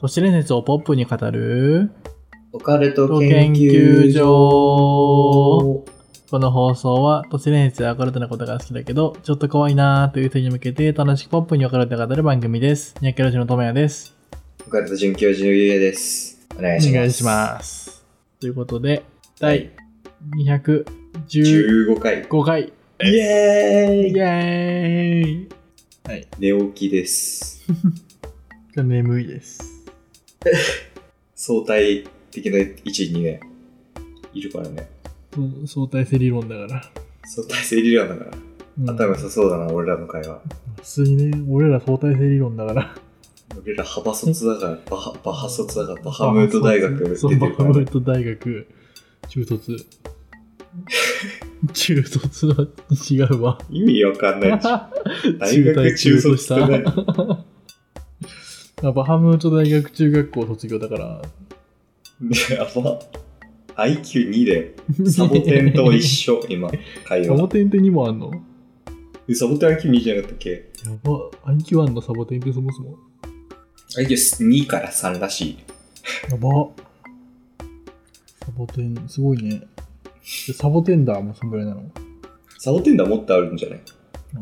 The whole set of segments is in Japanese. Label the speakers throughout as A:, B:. A: 都市伝説をポップに語る
B: オカルト
A: 研
B: 研究
A: 究
B: 所
A: 所この放送は都市伝説やアカルトなことが好きだけどちょっと怖いなーという人に向けて楽しくポップにオカルトを語る番組ですニャッキャロシのともやです
B: オカルト准教授のゆうやですお願いします
A: お願いしますということで
B: 第
A: 215
B: 15回
A: 回
B: イエーイ
A: イエーイ
B: はい、寝起きです
A: 眠いです
B: 相対的な位置にねいるからね
A: そう相対性理論だから、
B: 相対性理論だから、
A: うん
B: 頭良さそうだな俺らの会話
A: 普通にね俺ら相対性理論だから
B: 俺ら幅卒だからバハバハ卒だからバハムート大学出
A: そ
B: て
A: う
B: る
A: バ
B: か
A: ハ
B: ら、
A: ム
B: ね
A: ー、ト大学中卒 中卒は違うわ
B: 意味わかんないでしょ 大
A: 中退
B: 学中卒
A: 中
B: ってね
A: たバハムート大学中学校卒業だから
B: やば。IQ2 だよ。サボテンと一緒、今、会
A: サボ
B: 話。
A: テンって2もあんのや
B: えサボテン IQ2 じゃなかったっけ
A: ば IQ1 のサボテンってそもそも
B: ?IQ2 から3らしい。
A: やばサボテンすごいねでサボテンダーもそんぐらいなの
B: サボテンだもっとあるんじゃない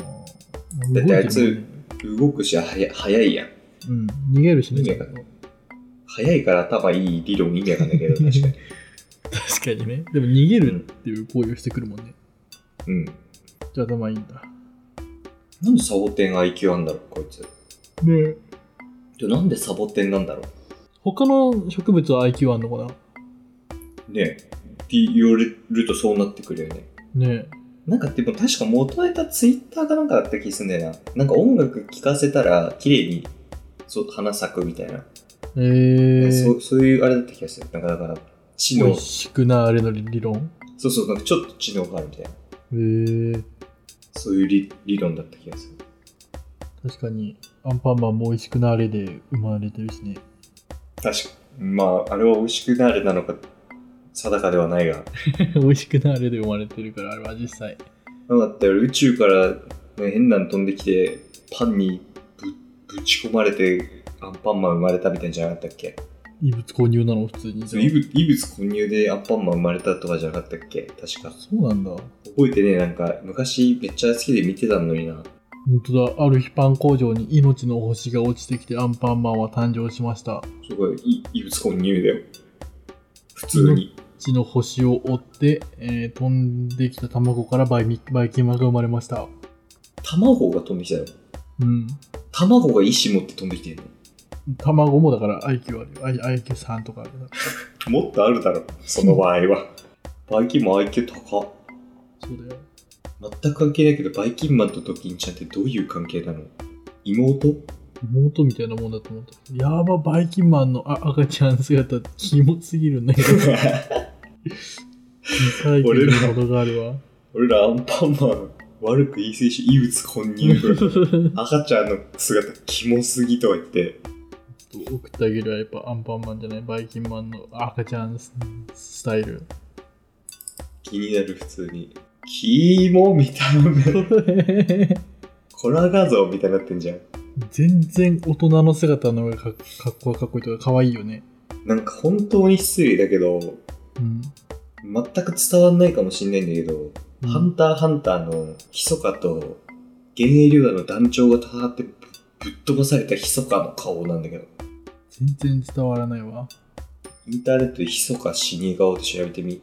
A: あー
B: だってあいつ
A: 動てるもんね
B: 動くし早早いやん。
A: うん、逃げるしね、
B: 逃げる早いから頭いい理論意味わかんないけど、確か に。
A: 確かにね。でも逃げるっていう行為をしてくるもんね。
B: うん。
A: じゃあ頭いいんだ。
B: なんでサボテン IQ あんだろう、こいつ。
A: で、
B: でなんでサボテンなんだろ
A: 他の植物は IQ あんのか
B: うねえ。って言われるとそうなってくるよね。
A: なね
B: なんかでも確か元ネタツイッターかなんかだった気すんだよな。なんか音楽聴かせたら綺麗にそう花咲くみたいな、
A: え。えー、
B: そう。そういうあれだった気がする。なんかだから知
A: 美
B: 能、
A: 味しくなあれの理論
B: そうそう、なんかちょっと知能があるみたいな。
A: えー、
B: そういう理理論だった気がする。
A: 確かに、アンパンマンも美味しくなあれで生まれてるしね。
B: 確かまあ、あれは美味しくなるなのか定かではないが。
A: 美味しくなあれで生まれてるから、あれは実際。
B: なんだったら宇宙から、ね、変なの飛んできてパンにぶぶち込まれてアンパンマン生まれたみたいじゃなかったっけ
A: 異物購入なの、普通に。
B: そう異物異物混入でアンパンマン生まれたとかじゃなかったっけ確か。
A: そうなんだ。
B: 覚えてねなんか昔めっちゃ好きで見てたのにな
A: 本当だ、ある日パン工場に命の星が落ちてきてアンパンマンは誕生しました。
B: すごいい異物混入だよ普通に
A: 地の星を追って、えー飛んできた卵からバイミバイキンマンが生まれました。
B: 卵が飛んできたよ
A: うん。
B: 卵が石持って飛んできてるの
A: 卵もだから IQ あるよ。I- IQ3 とかあるよ。
B: もっとあるだろその場合は バイキンマン IQ 高っ
A: そうだよ。
B: 全く関係ないけどバイキンマンとドキンちゃんってどういう関係なの妹
A: 妹みたいなもんだと思った。やば、バイキンマンのあ赤ちゃん姿、キモすぎるんだけど。最近のことがあるわ。
B: 俺らアンパンマン悪く言い過ぎし異物混 入赤ちゃんの姿キモすぎとは言って
A: 送ってあげるはやっぱアンパンマンじゃない、バイキンマンの赤ちゃんススタイル。
B: 気になる普通にキモ見た目コラ画像みたいになってんじゃん
A: 全然大人の姿の方がかかっこかっこいいとか可愛いよね。
B: なんか本当に失礼だけど
A: うん。
B: 全く伝わんないかもしんないんだけど、ハンターハンターのヒソカと幻影龍河の団長が戦ってぶぶっ飛ばされたヒソカの顔なんだけど
A: 全然伝わらないわ。
B: インターネットでヒソカ死に顔で調べてみ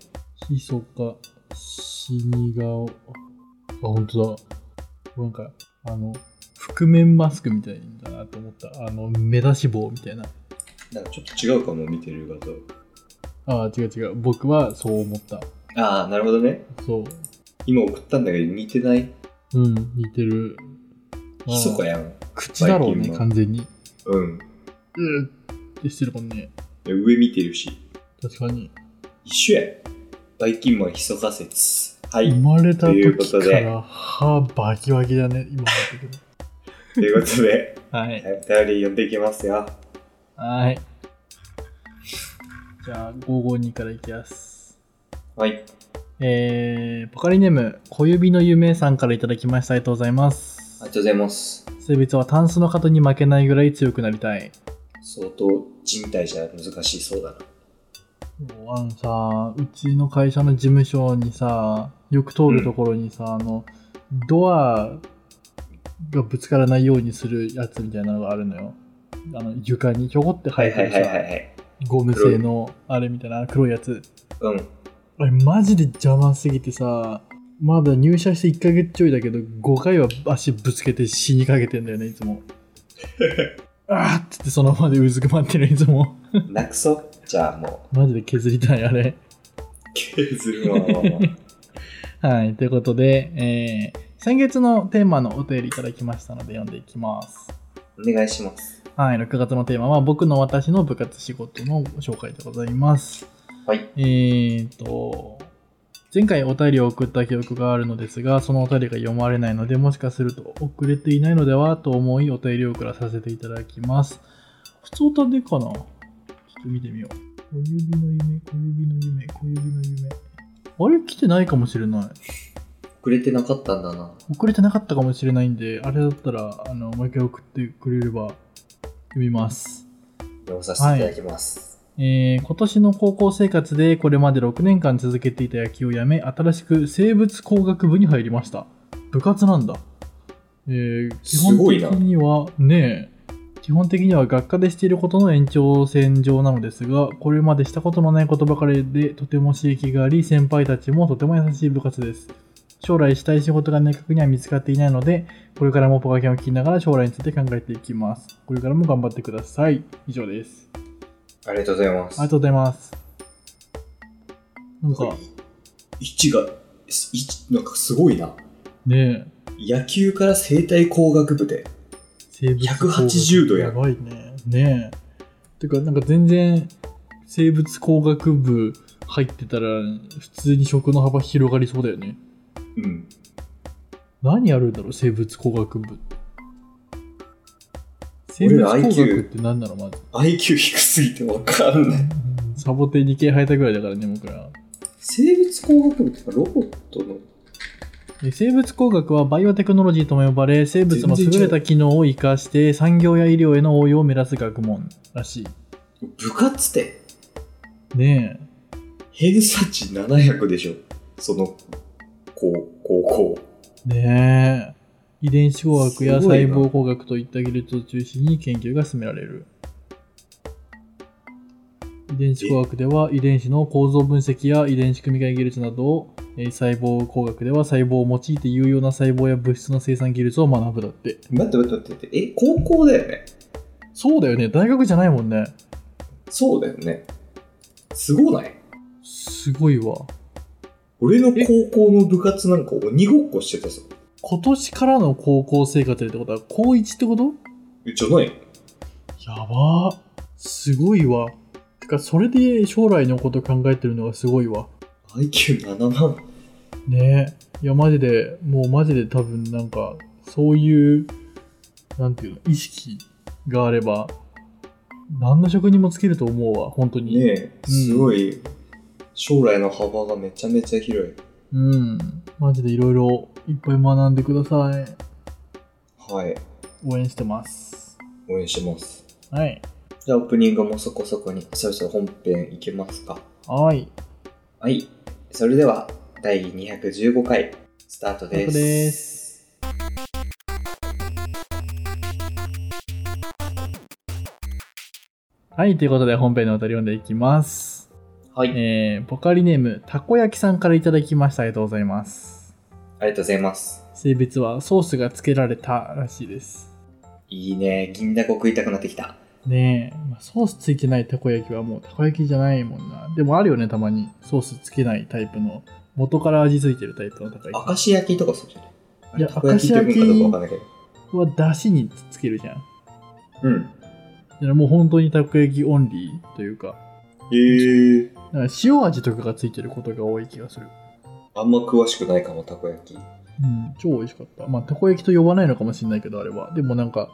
A: ひそか、死に顔。あ、ほんとだ。なんか、あの、覆面マスクみたいだなと思った。あの、目出し棒みたいな。
B: なんかちょっと違うかも見てる画像
A: あー違う違う。僕はそう思った。
B: ああなるほどね
A: そ。
B: 今送ったんだけど似てないう
A: うん、似てる。あー
B: ヒソカやん
A: 口だろう
B: バイキン
A: ね、
B: マン
A: 完全に。
B: うん
A: うーってしてるもんね。
B: で上見てるし
A: 確かに。
B: 一緒やんバイキンマンひそか説はい、
A: 生まれた
B: ということ
A: 時
B: で
A: から歯バキバキだね、今思ったけど。
B: ということで
A: はい。
B: はいお便り読んでいきますよ
A: はい。じゃあ、552からいきます。
B: はい
A: えー、ポカリネーム、小指の夢さんからいただきました。ありがとうございます。
B: ありがとうございます
A: 性別はタンスの角に負けないぐらい強くなりたい。
B: 相当人体じゃ難しそうだな。
A: あのさ、うちの会社の事務所にさ、よく通るところにさ、あの、ドアがぶつからないようにするやつみたいなのがあるのよ。あの床にちょこって生えてるさ、
B: い。
A: ゴム製のあれみたいな黒いやつ。
B: うん。
A: あれマジで邪魔すぎてさ、まだ入社して1ヶ月ちょいだけど、5回は足ぶつけて死にかけてんだよね、いつも。あーっつってその場でうずくまってる、いつも。
B: なくそう。じゃあも
A: マジで削りたい、あれ。
B: う。削る わ。は
A: はい、ということで、えー先月のテーマのお便りいただきましたので読んでいきます。
B: お願いします。
A: はい、6月のテーマは僕の私の部活仕事の紹介でございます。
B: はい。
A: えーと、前回お便りを送った記憶があるのですが、そのお便りが読まれないので、もしかすると遅れていないのではと思いお便りを送らさせていただきます。普通歌でかなちょっと見てみよう。小指の夢、小指の夢、小指の夢。あれ来てないかもしれない。
B: 遅れてなかったんだな。
A: 遅れてなかったかもしれないんで、あれだったら、あの、もう一回送ってくれれば読みます。
B: 読まさせていただきます。
A: えー今年の高校生活でこれまで6年間続けていた野球をやめ、新しく生物工学部に入りました。部活なんだ。えー基
B: す
A: 本
B: ごい
A: 的
B: な
A: には、ねえ、基本的には学科でしていることの延長線上なのですが、これまでしたことのないことばかりでとても刺激があり、先輩たちもとても優しい部活です。将来したい仕事が明確には見つかっていないので、これからもポカキャンを聞きながら将来について考えていきます。これからも頑張ってください。以上です。
B: ありがとうございます。
A: ありがとうございます。なんか、
B: 位置が、位置、なんかすごいな。
A: ねえ、
B: 野球から生態工学部で。
A: 生物工学
B: 180度や
A: やばいね。ねえ。てか、なんか全然、生物工学部入ってたら、普通に食の幅広がりそうだよね。
B: うん。
A: 何やるんだろう、生物工学部。生
B: 俺
A: 物
B: ら
A: 工
B: IQ
A: 学って何なのまず。
B: IQ 低すぎてわかんない。
A: サボテンに系入ったぐらいだからね、僕ら。
B: 生物工学部ってロボットの。
A: で生物工学はバイオテクノロジーとも呼ばれ生物の優れた機能を生かして産業や医療への応用を目指す学問らし
B: 部活で
A: いね
B: 偏差値700でしょ。その、高高校。
A: えねえ遺伝子工学や
B: すご
A: 細
B: いな
A: 胞工学といった技術を中心に研究が進められる遺伝子工学では遺伝子の構造分析や遺伝子組み換え技術などをえー細胞工学では細胞を用いて有用な細胞や物質の生産技術を学ぶだって
B: 待って待って待って待って。え、高校だよね。
A: そうだよね大学じゃないもんね
B: そうだよね。すごない
A: すごいわ
B: 俺の高校の部活なんか鬼ごっこしてたぞ。
A: 今年からの高校生活でってことは高1ってこと
B: えじゃない
A: やばーすごいわてかそれで将来のこと考えてるのがすごいわ
B: ?IQ7 万。
A: ねえいやマジでもうマジで多分なんかそういうなんていうの意識があれば何の職にもつけると思うわ本当に、
B: ねえ、すごい。将来の幅がめちゃめちゃ広い。
A: うんマジでいろいろいっぱい学んでください
B: はい。
A: 応援してます
B: 応援してます。
A: はい
B: じゃあオープニングもそこそこに、そろそろ本編いけますか。
A: はい
B: はい。それでは、第215回、スタートです。。
A: スタートですはいということで本編のお便り読んでいきます
B: はい。
A: えー、ポカリネームたこ焼きさんからいただきましたありがとうございます
B: ありがとうございます。
A: 性別はソースがつけられたらしいです
B: いいね。銀だこ食いたくなってきた。
A: ねえ、まあソースついてないたこ焼きはもうたこ焼きじゃないもんなでもあるよねたまにソースつけないタイプの元から味付いてるタイプのたこ
B: 明
A: 焼
B: 石焼きとかそうじゃないあれ
A: いや
B: たこ焼きって読むかどうかわかんないけど。
A: きはだしにつけるじゃん
B: うん。
A: だからもう本当にたこ焼きオンリーというか
B: へ
A: だ
B: え。
A: から塩味とかがついてることが多い気がする
B: あんま詳しくないかも、たこ焼き。
A: うん超美味しかったまあたこ焼きと呼ばないのかもしれないけどあれはでもなんか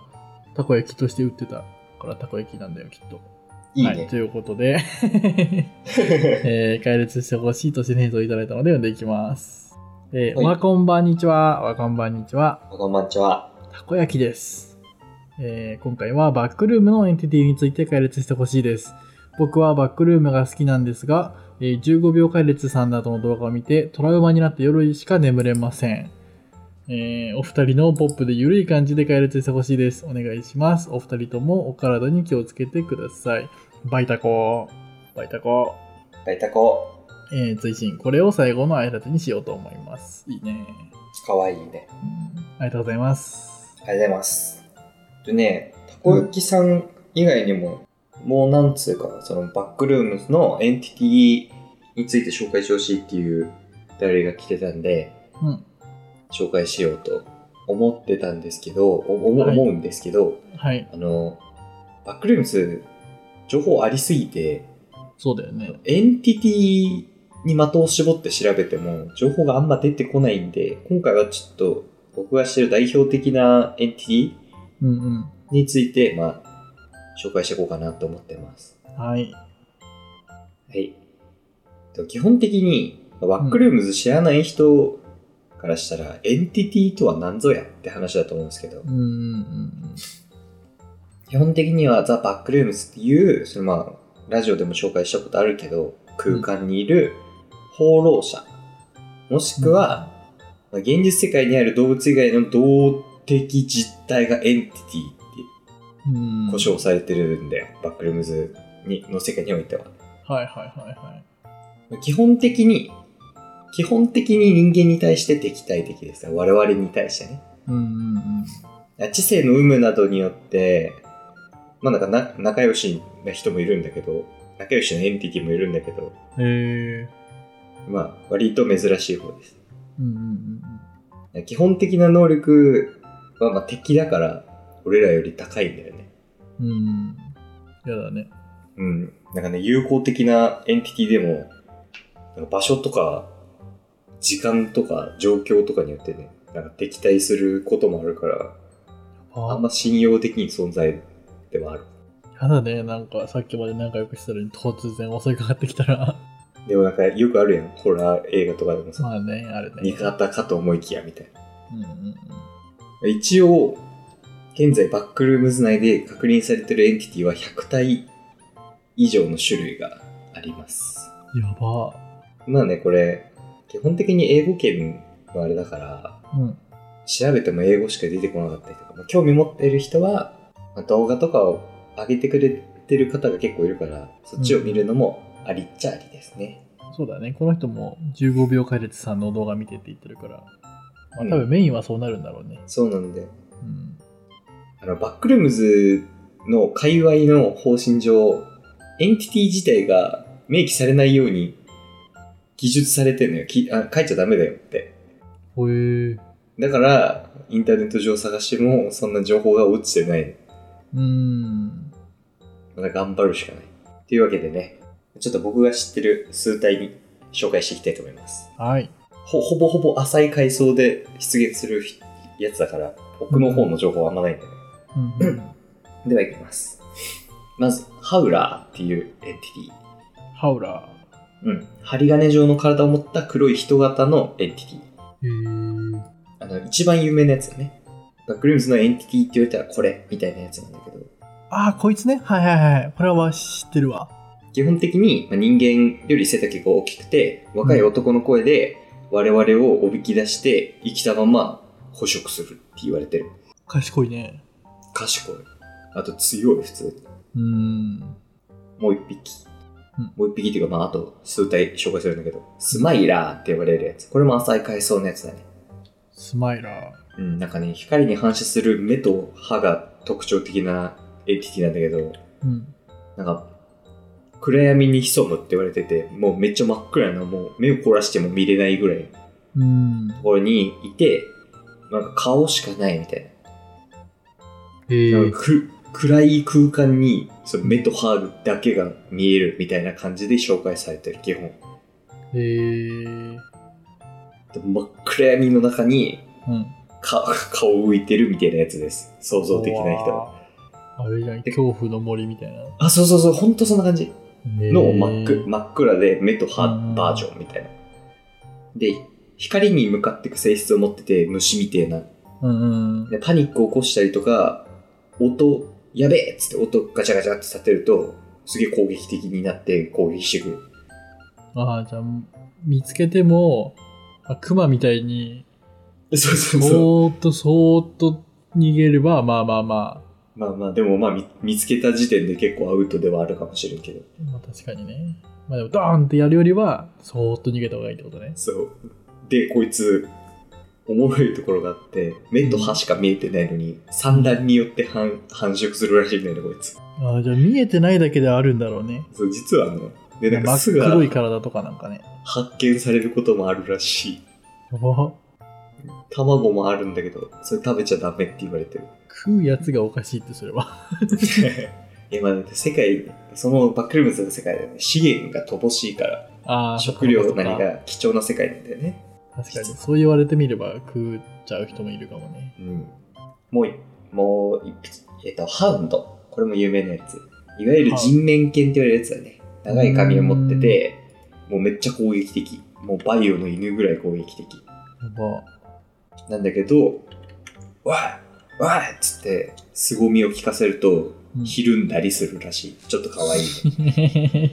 A: たこ焼きとして売ってたからたこ焼きなんだよきっと
B: いい
A: はい、
B: ね。
A: ということで、 えー、解列してほしいとシネーズをいただいたので読んでいきます。えー
B: はい
A: おはこんばんにちは、おはこんばんにちは、
B: こんばんちは。
A: たこ焼きです。えー今回はバックルームのエンティティについて解列してほしいです。僕はバックルームが好きなんですが、えー15秒解列さんなどの動画を見てトラウマになって夜しか眠れません。えーお二人のポップで緩い感じで解列してほしいです。お願いします。お二人ともお体に気をつけてください。バイタコバイタコ
B: 大体こ
A: えー、追伸これを最後の挨拶にしようと思います。いいね。
B: う、かわいいね。
A: うんありがとうございます。
B: ありがとうございます。でね、たこ焼きさん以外にも、もうなんつうか、そのバックルームのエンティティについて紹介してほしいっていうお便りが来てたんで、
A: うん
B: 紹介しようと思ってたんですけど、お思
A: はい
B: 思うんですけど、
A: はい、
B: あの、バックルームス、情報ありすぎて、
A: そうだよね。
B: エンティティに的を絞って調べても情報があんま出てこないんで今回はちょっと僕が知る代表的なエンティティ
A: うんうん。
B: について、まあ、紹介していこうかなと思ってます。
A: はい。
B: はい。と基本的にバックルームズ知らない人からしたら、エンティティとは何ぞやって話だと思うんですけど、
A: うんうんうん。
B: 基本的にはザ・バックルームズっていう、そのまあ、ラジオでも紹介したことあるけど、空間にいる放浪者、もしくは、まあ現実世界にある動物以外の動的実態がエンティティって
A: うん、
B: 呼称されてるんだよ、バックルームズにの世界においては。
A: はいはいはいはい。
B: 基本的に、基本的に人間に対して敵対的ですね。我々に対してね。
A: うんうんうん。
B: 知性の有無などによって、まあなんかな仲良しな人もいるんだけど、仲良しのエンティティもいるんだけど、
A: えー。
B: まあ割と珍しい方です。
A: うんうんうん
B: 基本的な能力はまあ敵だから、俺らより高いんだよね。
A: うん。うん。やだね。
B: うん。なんかね、友好的なエンティティでも、なんか場所とか、時間とか状況とかによってね、なんか敵対することもあるから、あんま信用的に存在ではある。
A: やだね。なんかさっきまで仲良くしてたのに突然襲いかかってきたら。
B: でもなんかよくあるやん、ホラー映画とかでもさ、
A: まあね、あるね。
B: 味方かと思いきやみたい
A: うんうん
B: な。一応、現在バックルームズ内で確認されてるエンティティは100体以上の種類があります。
A: うん。やば。
B: まあね、これ、基本的に英語圏のあれだから、
A: うん。
B: 調べても英語しか出てこなかったりとか、まあ、興味持っている人は、まあ動画とかを上げてくれてる方が結構いるからそっちを見るのもありっちゃありですね、
A: そうだね。この人も15秒解列さんの動画見てって言ってるから。まあ
B: うん
A: 多分メインはそうなるんだろうね。
B: そうなんで
A: うん。
B: あのバックルームズの界隈の方針上エンティティ自体が明記されないように記述されてるのよきあ書いちゃダメだよって
A: ほえー。
B: だからインターネット上探してもそんな情報が落ちてない
A: うん。
B: また頑張るしかない。というわけでね、ちょっと僕が知ってる数体に紹介していきたいと思います。
A: はい。
B: ほほぼほぼ浅い階層で出現するひやつだから、奥の方の情報はあんまないんだね。
A: うん うん、
B: では行きます。まず、ハウラーっていうエンティティ。
A: ハウラ
B: うん。針金状の体を持った黒い人型のエンティティ。
A: ー。へー。
B: あの、一番有名なやつだね。バックルームズのエンティティって言われたらこれみたいなやつなんだけど、
A: ああ、こいつね。はいはいはい。これは知ってるわ。
B: 基本的にまあ人間より背丈が大きくて若い男の声で我々をおびき出して生きたまま捕食するって言われてる
A: 賢いね。
B: 賢いあと強い普通に
A: うーん。
B: もう一匹、
A: うん
B: もう一匹っていうかまああと数体紹介するんだけどスマイラーって呼ばれるやつこれも浅い階層のやつだね
A: スマイラー。
B: うんなんかね光に反射する目と歯が特徴的なエンティティなんだけど
A: うん。
B: なんか暗闇に潜むって言われててもうめっちゃ真っ暗なもう目を凝らしても見れないぐらいう
A: ーん。
B: ところにいて、なんか顔しかないみたい
A: へ
B: な。なん
A: ー
B: かく暗い空間にその目と歯だけが見えるみたいな感じで紹介されてる、基本。
A: へー。
B: で真っ暗闇の中に
A: うん。
B: か 顔浮いてるみたいなやつです。想像できない人は。
A: は。あれじゃん、恐怖の森みたいな。
B: あ、そうそうそう、ほんとそんな感じ。の
A: へー
B: 真っ暗真っ暗で目と歯
A: うん
B: バージョンみたいな。で、光に向かっていく性質を持ってて虫みたいな
A: うんうん。
B: でパニックを起こしたりとか音、やべえっつって音ガチャガチャって立てると、すげえ攻撃的になって攻撃してくる。
A: ああ、じゃあ、見つけても、あ熊みたいに、
B: そうそ
A: そーっとそーっと逃げれば、まあまあま
B: まあまあ、でもまあ見見つけた時点で結構アウトではあるかもしれんけど。
A: あ、まあ確かにね。まあでも、ドーンってやるよりは、そーっと逃げた方がいいってことね。
B: そう。で、こいつ、おもろいところがあって、目と歯しか見えてないのに、産卵によって繁繁殖するらしいんだよね、こいつ。
A: ああ、じゃあ見えてないだけであるんだろうね。
B: そう、実はね、で、なん
A: 真
B: か
A: っ
B: すぐ
A: 黒い体とかなんかね。
B: 発見されることもあるらしい。
A: やば
B: 卵もあるんだけど、それ食べちゃダメって言われて る。
A: 食うやつがおかしいってそれは。
B: いや、まあ、だって世界、そのバックルームズの世界で、ね、資源が乏しいから、
A: ああ、
B: 食料なり
A: 何か
B: が貴重な世界なんだよね。
A: 確かに、そう言われてみれば食っちゃう人もいるかもね。
B: うん、もうい、もう一匹、えっと、ハウンド。これも有名なやつ。いわゆる人面犬って言われるやつだね。長い髪を持ってて、もうめっちゃ攻撃的。もうバイオの犬ぐらい攻撃的。
A: やば
B: なんだけど、わーわーっつって、凄みを聞かせると、
A: うん
B: ひるんだりするらしい。ちょっと可愛い、ね。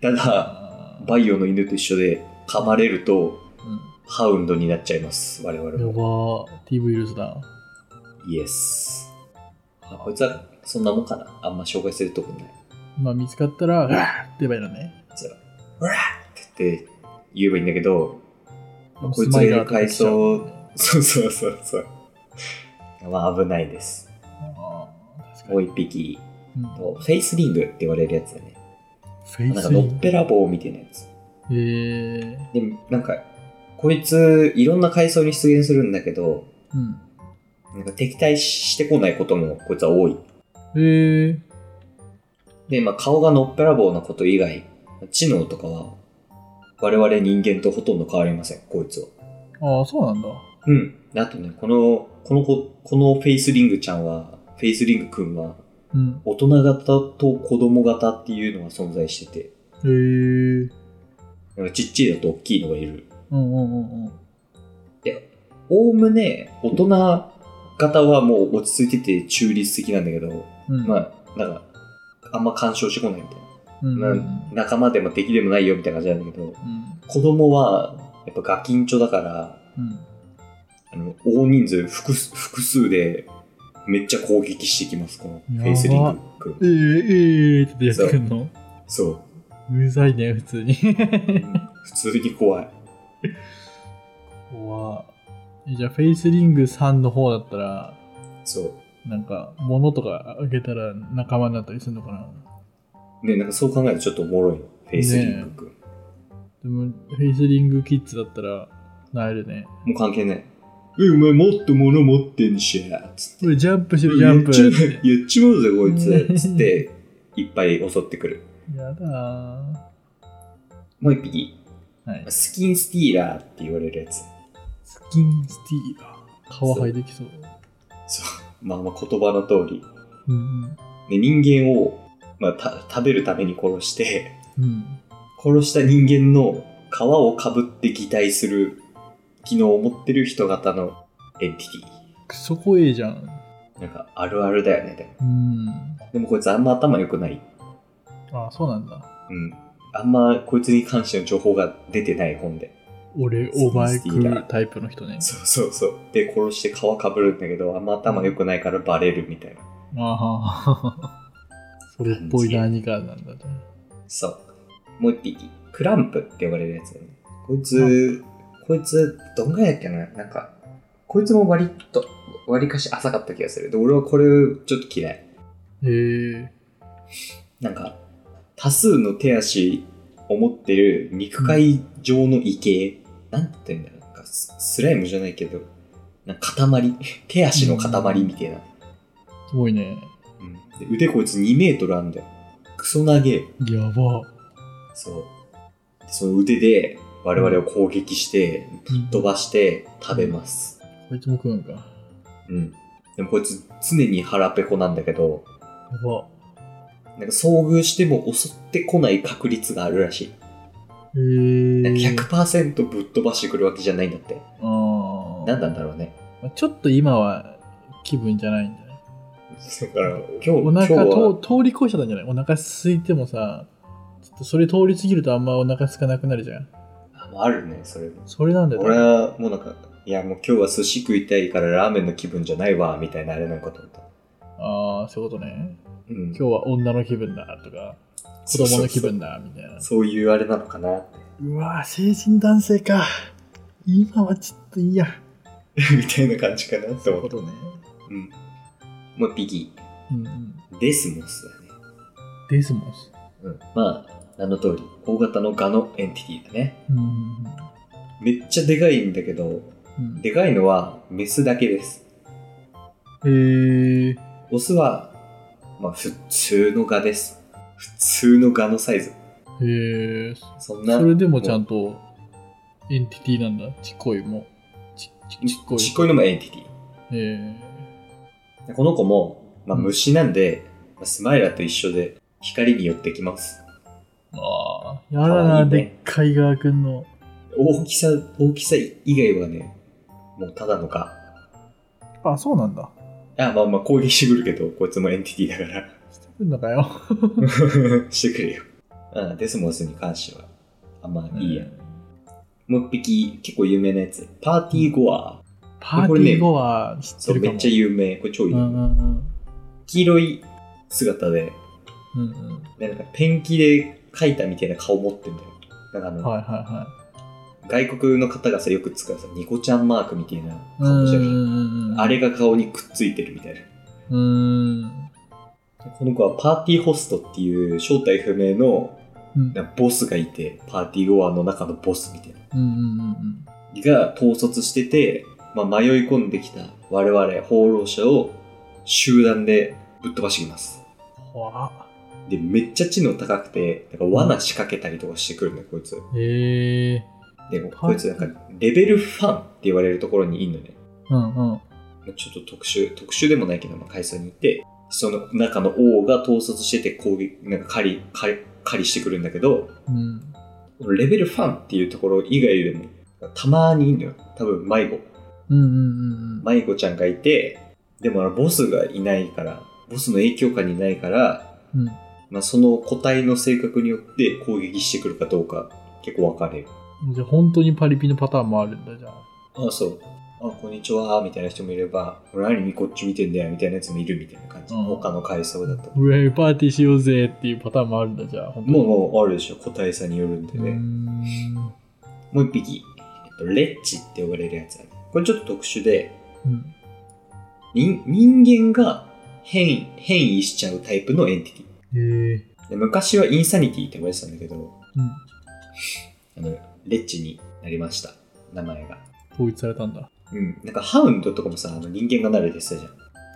B: ただ、
A: あ
B: バイオの犬と一緒で、噛まれると、
A: ー
B: ハウンドになっちゃいます。我々
A: うんや
B: も。
A: ば T ウイルスだ。
B: イエス。あこいつは、そんなもんかな。あんま紹介するとこない。
A: まあ見つかったら、うわーって言えばいいのね。
B: うわーって言って言えばいいんだけど、まあこい
A: ス
B: つが
A: マイ
B: い
A: ラー
B: る
A: とか
B: 階
A: 来ちゃうもん
B: 層
A: ね、
B: そうそうそうそう。まあ危ないです。
A: あー確か
B: もう
A: に
B: 一匹、
A: うん
B: フェイスリングって言われるやつだね。
A: フェイ
B: な
A: ス
B: ん
A: リ
B: かの
A: ン
B: っぺらぼうみたいなやつ。
A: グ。えー
B: でもなんか、こいついろんな階層に出現するんだけど、
A: うん。
B: なんか敵対してこないこともこいつは多い。
A: えー
B: で、まあ顔がのっぺらぼうなこと以外、知能とかは我々人間とほとんど変わりません、こいつは。
A: ああ、そうなんだ。
B: うん。あとね、この、この子、このフェイスリングちゃんは、フェイスリングくんは、
A: うん。
B: 大人型と子供型っていうのが存在してて、
A: えー
B: なんかちっちゃいのと大きいのがいる。
A: うんうんうんうん。
B: おおむね、大人型はもう落ち着いてて中立的なんだけど、
A: うん
B: まあ、なんか、あんま干渉してこないみたい
A: うん
B: な。
A: うんう
B: ま
A: ん
B: あ、仲間でも敵でもないよみたいな感じなんだけど、子供は、やっぱガキンチョだから、
A: うん
B: あの、大人数複数、複数で、めっちゃ攻撃してきます、このフェイスリングくん
A: え。ー、えーってやってくんの
B: そう。
A: うざいね、普通に。
B: 普通に怖い。
A: 怖えじゃあ、フェイスリングさんの方だったら、
B: そ
A: なんか、物とかあげたら仲間になったりするのかな
B: う。ね、なんかそう考えるとちょっとおもろいの。フェイスリング君。
A: でも、フェイスリングキッズだったら、なえるね。
B: もう関係ない。え、お前もっと物持ってんしゃ、つって。
A: おい、ジャンプしろ、ジャ
B: や
A: ン
B: っ
A: プ
B: ちま う、やっちまうぜ、こい
A: うん
B: つ。つって、いっぱい襲ってくる。
A: やだー。
B: もう一匹、
A: はい。
B: スキンスティーラーって言われるやつ。
A: スキンスティーラー。皮剥いできそう。
B: まあまあ言葉の通り。
A: うんうん。
B: ね、人間を、まあ、た食べるために殺して、
A: うん。
B: 殺した人間の皮をかぶって擬態する機能を持ってる人型のエンティティ。
A: クソ怖えじゃん。
B: なんかあるあるだよね。でも
A: うん。
B: でもこいつあんま頭良くない。
A: あ、そうなんだ。
B: うん。あんまこいつに関しての情報が出てない本で。
A: 俺、
B: スキン
A: お前
B: スティー
A: 食
B: ラ
A: う
B: ー
A: タイプの人ね。
B: そうそうそう。で、殺して皮かぶるんだけど、あんま頭良くないからバレるみたいな。
A: あはそれっぽい何かなんだね。
B: そう。もう一匹。クランプって呼ばれるやつだね。こいつ、こいつ、どんぐらいだっけななんか、こいつも割と、割かし浅かった気がする。で、俺はこれちょっと嫌い。
A: へえ
B: なんか、多数の手足を持ってる肉塊状の異形。なんて言うんだろう。なんかススライムじゃないけど、なんか塊。手足の塊みたいな。
A: すごいね。
B: うんで腕こいつ2メートルあんだよ。クソ長え。
A: やば。
B: そう。でその腕で我々を攻撃して、飛ばして食べます。
A: こいつも食うんか。や
B: うん。でもこいつ常に腹ペコなんだけど、
A: ば。
B: なんか遭遇しても襲ってこない確率があるらしい。
A: へえ
B: なん
A: ー。
B: か100%ぶっ飛ばしてくるわけじゃないんだって。
A: あー
B: 何なんだろうね。
A: まあちょっと今は気分じゃないんじゃない
B: だから、今日、
A: お
B: 今
A: 腹
B: 日は、
A: と通り越しちゃったんじゃないお腹空いてもさ、ちょっとそれ通り過ぎるとあんまお腹空かなくなるじゃん。
B: あもうあるね、それも。
A: それなんだよ。
B: 俺はもうなんか、いやもう今日は寿司食いたいからラーメンの気分じゃないわ、みたいなあれなんかと思った。
A: ああ、そういうことね。
B: うん、
A: 今日は女の気分だとか、子供の気分だみたいな。
B: そういうあれなのかな
A: うわぁ、成人男性か。今はちょっといいや。
B: みたいな感じかなって
A: そういう
B: 思っ
A: こ
B: た。
A: とね。
B: うん。もう一匹、
A: うんうん。
B: デスモスだね。
A: デスモス。
B: うん。まあ、名の通り、大型のガのエンティティだね。
A: うん
B: めっちゃでかいんだけど、
A: うんうん。
B: でかいのはメスだけです。
A: えー、
B: オスは、まあ普通のガです。普通のガのサイズ。
A: えー、
B: そんな。
A: それでもちゃんとエンティティなんだ。ちっこいも。ちちちっこい。
B: ちっこいのもエンティティ。
A: えー、
B: でこの子も、まあ、
A: うん
B: 虫なんで、まあスマイラと一緒で光に寄ってきます
A: ああ、やだな、
B: 可愛いね
A: でっかいガーくんの。
B: 大きさ大きさ以外はねもうただのか
A: あ、そうなんだ。
B: あまあまあ攻撃してくるけどこいつもエンティティだから
A: してくんのかよ。
B: 笑 してくれようんデスモスに関してはあんまいいや、もう一匹結構有名なやつパーティーゴア、
A: パーティー後は知って
B: そう
A: るか
B: め
A: も。
B: っちゃ有名これ超有
A: う
B: 名、
A: んうんうん。
B: 黄色い姿で
A: うん
B: なんかペンキで描いたみたいな顔持ってんだよなんかあ
A: う
B: の、
A: ん。はいは
B: 外国の方がさよく使うさニコちゃんマークみたいない
A: はい。
B: 顔してる
A: うんうん
B: あれが顔にくっついてるみたいな
A: うん。
B: この子はパーティーホストっていう正体不明の
A: うん。
B: なんかボスがいてパーティーゴアの中のボスみたいな
A: うんうんうん
B: が統率してて、まあ、迷い込んできた我々放浪者を集団でぶっ飛ばしてきます
A: うん。ほわ。
B: でめっちゃ知能高くてなんか罠仕掛けたりとかしてくるんだよこいつ
A: へえ。
B: でこいつなんかレベルファンって言われるところにいんのね
A: うんうん。
B: まあちょっと特殊、特殊でもないけど、まあ、階層に行って、その中の王が統率してて攻撃、なんか狩り、狩り、狩りしてくるんだけど、
A: うん。
B: このレベルファンっていうところ以外でも、たまにいんのよ。多分、迷子。
A: うんうんうん。
B: 迷子ちゃんがいて、でもあのボスがいないから、ボスの影響下にいないから、
A: うん。
B: まあ、その個体の性格によって攻撃してくるかどうか、結構分かれる。
A: じゃあ本当にパリピのパターンもあるんだじゃあ。
B: ああ、そう。あ、こんにちは、みたいな人もいれば、俺何こっち見てんだよ、みたいなやつもいるみたいな感じ。
A: うん
B: 他の階層だと。
A: ウェイパーティーしようぜっていうパターンもあるんだじゃあ。本当に
B: もうもうあるでしょ個体差によるんで
A: うー
B: ね、
A: ん
B: もう一匹、えっと、レッチって呼ばれるやつあるこれちょっと特殊で
A: うん。
B: 人人間が変異変異しちゃうタイプのエンティテ
A: へえ。
B: ィで昔はインサニティって呼ばれてたんだけど
A: うん。
B: あのレッチになりました名前が
A: 統一されたんだ。
B: うんなんかハウンドとかもさあの人間が慣れてたじゃん、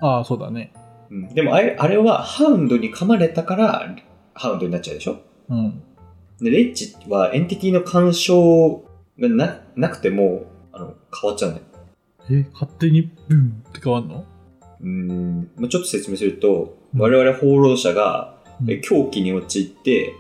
A: ああ、そうだね。
B: うん、でもあれあれはハウンドに噛まれたからハウンドになっちゃうでしょ
A: うん。
B: でレッチはエンティティの干渉がななくてもあの変わっちゃうんだよ
A: え、勝手にブンって変わんの
B: うーんまあちょっと説明すると、
A: うん
B: 我々放浪者が、
A: うん
B: え狂気に陥って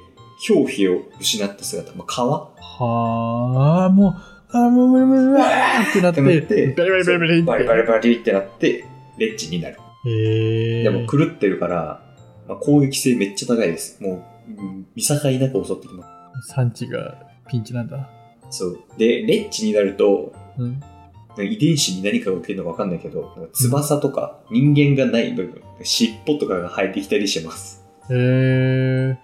B: 表皮を失った姿、まあ、皮
A: はあ、もう、ああ、もう無理無理無理ってなっ
B: ってなって
A: て、バリバリバリバリって。
B: バリバリバリってなってレッチになる、
A: へえ。
B: でも狂ってるから、まあ、攻撃性めっちゃ高いですもう、うん見境なく襲ってきま
A: 産地がピンチなんだ。
B: すそうでレッチになると
A: うん。
B: 遺伝子に何かが起きるのか分かんないけどなんか翼とか人間がない部分尻尾とかが生えてきたりします
A: へ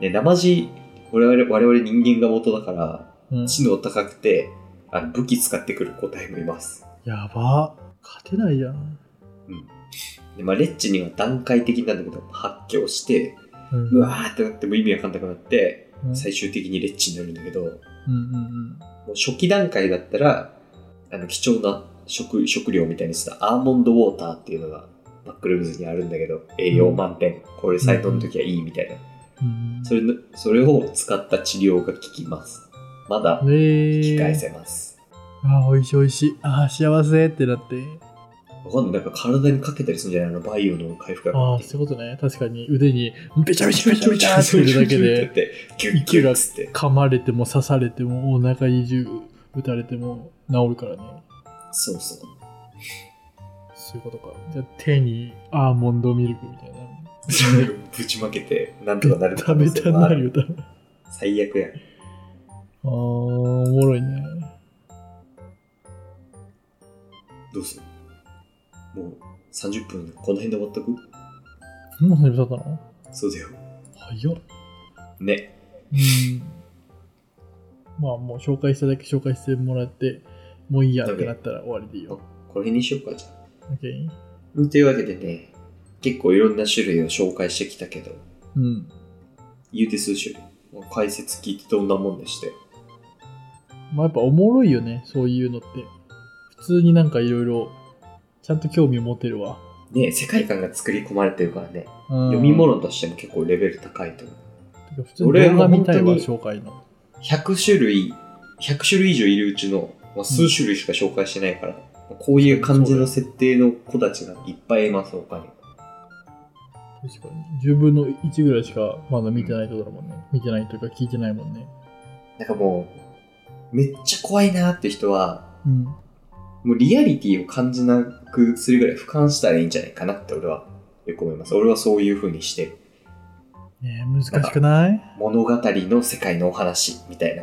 A: え。
B: で生地我々我々人間が元だから
A: うん。
B: 知能高くてあの武器使ってくる個体もいます、
A: やば。勝てないやん。
B: うんでまあ、レッチには段階的なんだけど発狂して
A: うん
B: うわーってなってもう意味わかんなくなって
A: うん
B: 最終的にレッチになるんだけども
A: うんうん
B: う初期段階だったらあの貴重な食食料みたいにしたアーモンドウォーターっていうのがバックルームズにあるんだけど栄養満点、これ最高の時はいいみたいな、
A: うん。
B: それのそれを使った治療が効きますまだ
A: うん。
B: 引き
A: へ
B: 返
A: え。
B: せます、
A: ああ、美味しい美味しい。ああ、幸せってなって。
B: わかんない。なんか体にかけたりするんじゃないのバイオの回復薬
A: ああ、そういうことね。確かに腕にべちゃべちゃべちゃべちゃってるだけで、
B: で。キュッキュッつって。
A: 噛まれても刺されても、お腹に銃撃たれても治るからね。
B: そうそう。
A: すそういうことか。じゃあ手にアーモンドミルクみたいな。
B: それを ぶちまけて、なんとかなる可
A: 食
B: 能
A: べ
B: 性
A: た
B: もあ
A: な
B: る
A: るよ、多分。
B: 最悪やん。
A: あー、おもろいね。
B: どうするもう30分この辺で終わっとく
A: そんな始めたの
B: そうだよ。
A: 早っ。
B: ね。
A: うん。まあもう紹介しただけ紹介してもらって、もういいやってなったら終わりでいい
B: こ
A: よ。
B: の辺にしようか、じゃあ。
A: OK?
B: うんというわけでね、結構いろんな種類を紹介してきたけど、
A: うん。
B: 言うて数種類。もう解説聞いてどんなもんでして。
A: まあやっぱおもろいよね、そういうのって。普通になんかいろいろ、ちゃんと興味を持てるわ。
B: ね世界観が作り込まれてるからね、
A: うん
B: 読み物としても結構レベル高いと思う。
A: てか普通に動画見たいわ、紹介の。
B: 100種類、100種類以上いるうちの、まあ、数種類しか紹介してないから、こういう感じの設定の子たちがいっぱいいます、他に。
A: 確かに。10分の1ぐらいしかまだ見てないとこだもんね。見てないというか聞いてないもんね。
B: なんかもう、めっちゃ怖いなーって人は、
A: うん。
B: もうリアリティを感じなくするぐらい俯瞰したらいいんじゃないかなって俺はよく思います。俺はそういう風にしてる、
A: ねえ難しくない
B: 物語の世界のお話みたいな。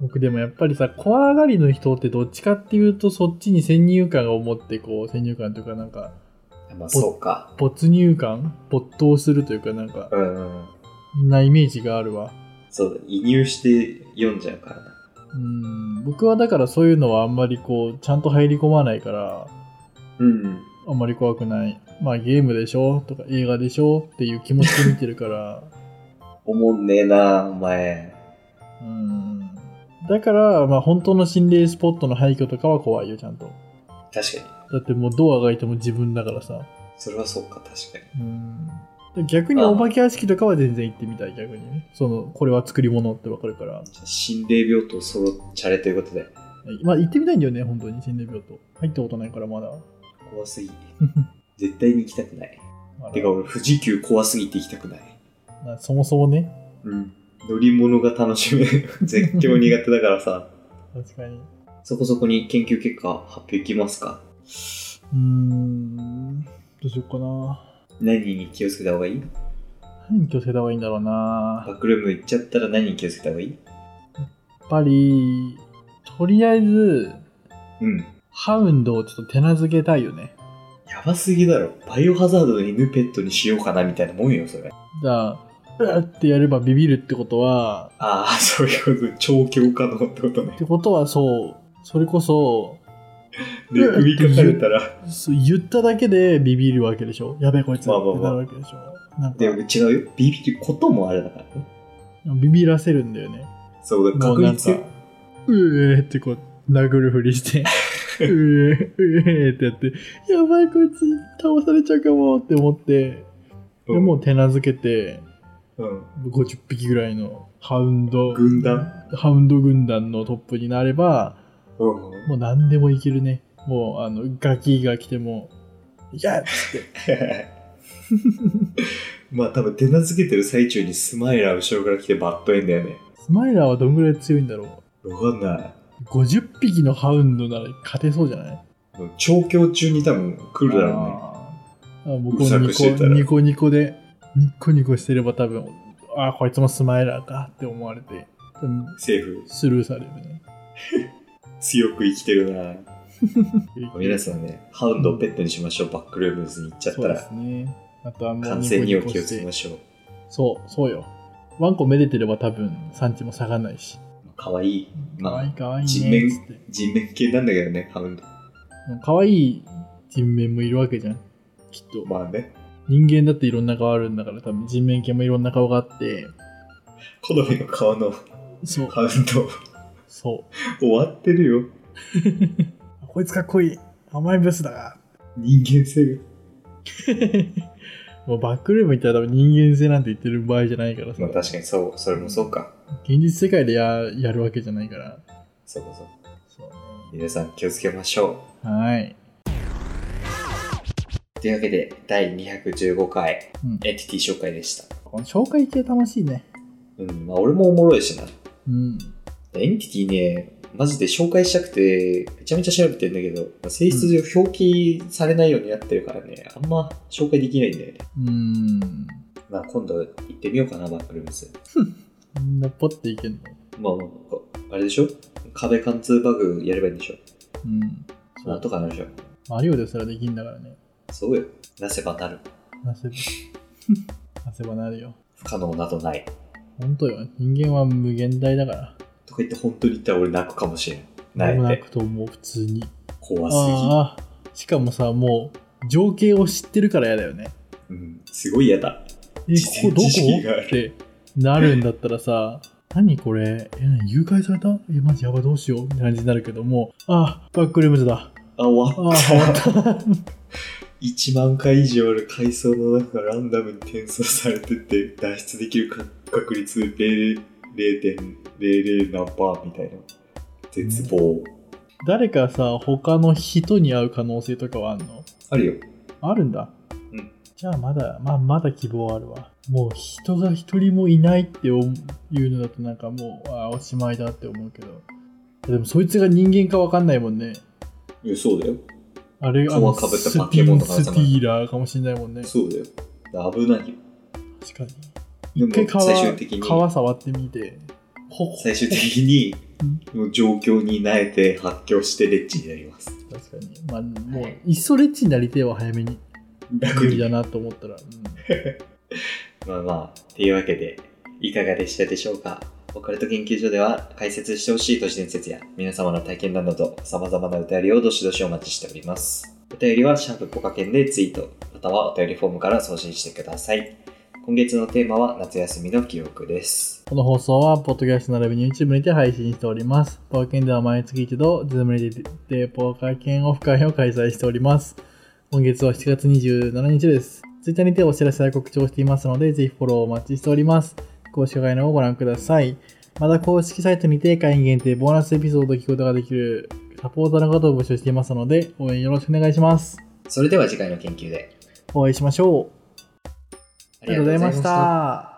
A: 僕でもやっぱりさ怖がりの人ってどっちかっていうとそっちに先入観を持ってこう先入観というかなんか
B: まあそうか。
A: 没入感没頭するというかなんか
B: うんうんうん。
A: なイメージがあるわ
B: そうだ、移入して読んじゃうからな。
A: うん僕はだからそういうのはあんまりこうちゃんと入り込まないから
B: うんうん。
A: あんまり怖くないまあゲームでしょとか映画でしょっていう気持ちで見てるから
B: おもんねえなお前。
A: うんだからまあ本当の心霊スポットの廃墟とかは怖いよちゃんと
B: 確か
A: だ
B: に。
A: ってもうドアが開いても自分だからさ
B: それはそうか、確かに。
A: うんで逆にお化け屋敷とかは全然行ってみたい逆にねそのこれは作り物ってわかるから
B: じゃあ心霊病棟そろっちゃれということで、
A: まあ行ってみたいんだよね本当に心霊病棟入ったことないからまだ
B: 怖すぎ。 絶対に行きたくない。
A: あら
B: てか俺、富士急怖すぎて行きたくない。
A: まあそもそもね
B: うん。乗り物が楽しめる。 絶叫苦手だからさ。
A: 確かにう
B: そこそこに研究結果発表いきますか
A: ーんどうしようかな
B: 何に気をつけた方がいい
A: 何に気をつけた方がいいんだろうな
B: バ
A: や
B: ックルーム行っちゃったら何に気をつけた方がいい
A: っぱりとりあえず
B: うん。
A: ハウンドをちょっと手なずけたいよね
B: やばすぎだろ。バイオハザードの犬ペットにしようかなみたいなもんよ、それ。
A: じゃあうわってやればビビるってことは
B: ああ、そういうこと。超強化のってことね
A: っ。てことはそうそれこそ
B: で、首かかれたら。
A: そう言っただけでビビるわけでしょやべえこいつ
B: まあまあまあ
A: ってなるわけでしょなん
B: でも
A: か
B: 違うよ。ビビることもあれだからね。
A: ビビらせるんだよね
B: そうだ、
A: もう
B: 確
A: なんか
B: 率よ
A: うえーってこう殴るふりしてう えーうえーってやってやばいこいつ倒されちゃうかもって思ってでもう、手なずけて
B: うん。
A: 50匹ぐらいのハウンド
B: 軍団
A: ハウンド軍団のトップになれば
B: うん。
A: もう何でもいけるねもうあのガキが来ても「いやっ!」
B: まあ多分手なずけてる最中にスマイラー後ろから来てバッドエンだよね。
A: スマイラーはどんぐらい強いんだろう
B: わかんない。
A: 50匹のハウンドなら勝てそうじゃない
B: もう調教中に多分来るだろ
A: あーあ僕
B: う
A: も
B: さ
A: ニ
B: くしてた
A: コ
B: ら
A: ニコニコでニコニコしてれば多分ああこいつもスマイラーかって思われて多分
B: うね。セーフ。
A: スルーされるね
B: 強く生きて るな。皆さんね、ハウンドをペットにしましょう。バックルームズに行っちゃっ
A: そ
B: た
A: うで
B: ら
A: す、ねあとはもう
B: 感
A: ニコ
B: 染に
A: ニ
B: は
A: コ
B: 気を
A: し
B: つけ
A: て
B: ましょう。
A: そうそうよワンコめでてれば多分産地も下がんないし
B: かわいい。ま
A: かわ
B: あ
A: いいかわいい
B: 人
A: ね
B: 面
A: っつって
B: 人面系なんだけどね、ハウンド。
A: かわいい人面もいるわけじゃんきっと
B: まあね、
A: 人間だっていろんな顔あるんだから多分人面犬もいろんな顔があって
B: 好みの顔の
A: そう
B: ハウンド
A: そう
B: 終わってるよ。
A: こいつかっこいい甘いブスだ
B: 人間性が。
A: もうバックルーム行ったら多分人間性なんて言ってる場合じゃないからさ、
B: まあ確かにそう、それもそうか。
A: 現実世界でややるわけじゃないから
B: そうそう。
A: そう
B: 皆さん気をつけましょ
A: はい、
B: う。というわけで、第215回
A: うん、
B: エンティティ紹介でした。
A: この紹介系楽しいね
B: うん、まあ俺もおもろいしな。
A: うん
B: エンティティね、マジで紹介したくて、めちゃめちゃ調べてんだけど、まあ性質上表記されないようになってるからね、あんま紹介できないんだよね。
A: うーん。
B: まあ今度行ってみようかな、バックルームス。
A: みんなポッていけんの
B: まあまあ、こあれでしょ壁貫通バグやればいいんでしょ
A: うん。
B: なんとかなるでしょ
A: マリオですらできんだからね。
B: そうよ。なせばなる。
A: な せば。なせばなるよ。
B: 不可能などない。
A: ほんとよ。人間は無限大だから。
B: とか言って本当に言ったら俺泣くかもしれん。
A: でも
B: 泣
A: ない
B: て
A: く。と思う、普通に。
B: 怖す
A: ああ。しかもさ、もう、情景を知ってるから嫌だよね。
B: ぎ。うん。すごい嫌だ。
A: え、
B: 事
A: こ
B: 前
A: こどこ
B: 知識がある
A: ってなるんだったらさ、何これえ、何誘拐されたえ、マジやばいどうしようみたいな感じになるけども、ああ、バックルームズだ。
B: あ、終
A: ああ、
B: わっ。
A: 終わったた。
B: 1万回以上ある階層の中がランダムに転送されてて脱出できるか確率0 0.00何パーみたいな絶望
A: 誰かさ、他の人に会う可能性とかはあるの
B: あるよ
A: あるんだ。
B: うん
A: じゃあまだ、まあまだ希望あるわ。もう人が一人もいないっていうのだとなんかもう、ああ、おしまいだって思うけど。でもそいつが人間かわかんないもんね。
B: いやそうだよ
A: あれ、あの、
B: 皮被った
A: ス
B: 化
A: ピ
B: け
A: ン
B: 物か
A: ス
B: ら
A: テ
B: さ
A: ィーラーかもしれないもんね。
B: そうだよ危ないよ
A: 確かに。
B: でも
A: 一回
B: 最終的に
A: 川皮触ってみて。ほほ
B: 最終的にもう状況に慣れて発狂してレッチになります
A: 確かに。まあ、もう、いっそレッチになりてえわ、早めに。
B: 楽
A: 無理
B: に
A: だなと思ったら。うん
B: まあまあっていうわけでいかがでしたでしょうかオカルト研究所では解説してほしい都市伝説や皆様の体験談など様々なお便りをどしどしお待ちしております。お便りはシャープポカケンでツイート、またはお便りフォームから送信してください。今月のテーマは夏休みの記憶です。
A: この放送は、ポッドキャスト並びに YouTube にて配信しております。ポーケンでは毎月一度、ズームにてポーカー券オフ会を開催しております。今月は7月27日です。Twitter にてお知らせや告知をしていますので、ぜひフォローお待ちしております。公式会の方をご覧ください。また公式サイトにて会員限定ボーナスエピソードを聞くことができるサポーターの方を募集していますので、応援よろしくお願いします。
B: それでは次回の研究で。
A: お会いしましょう。あ
B: あ
A: りがとうございました。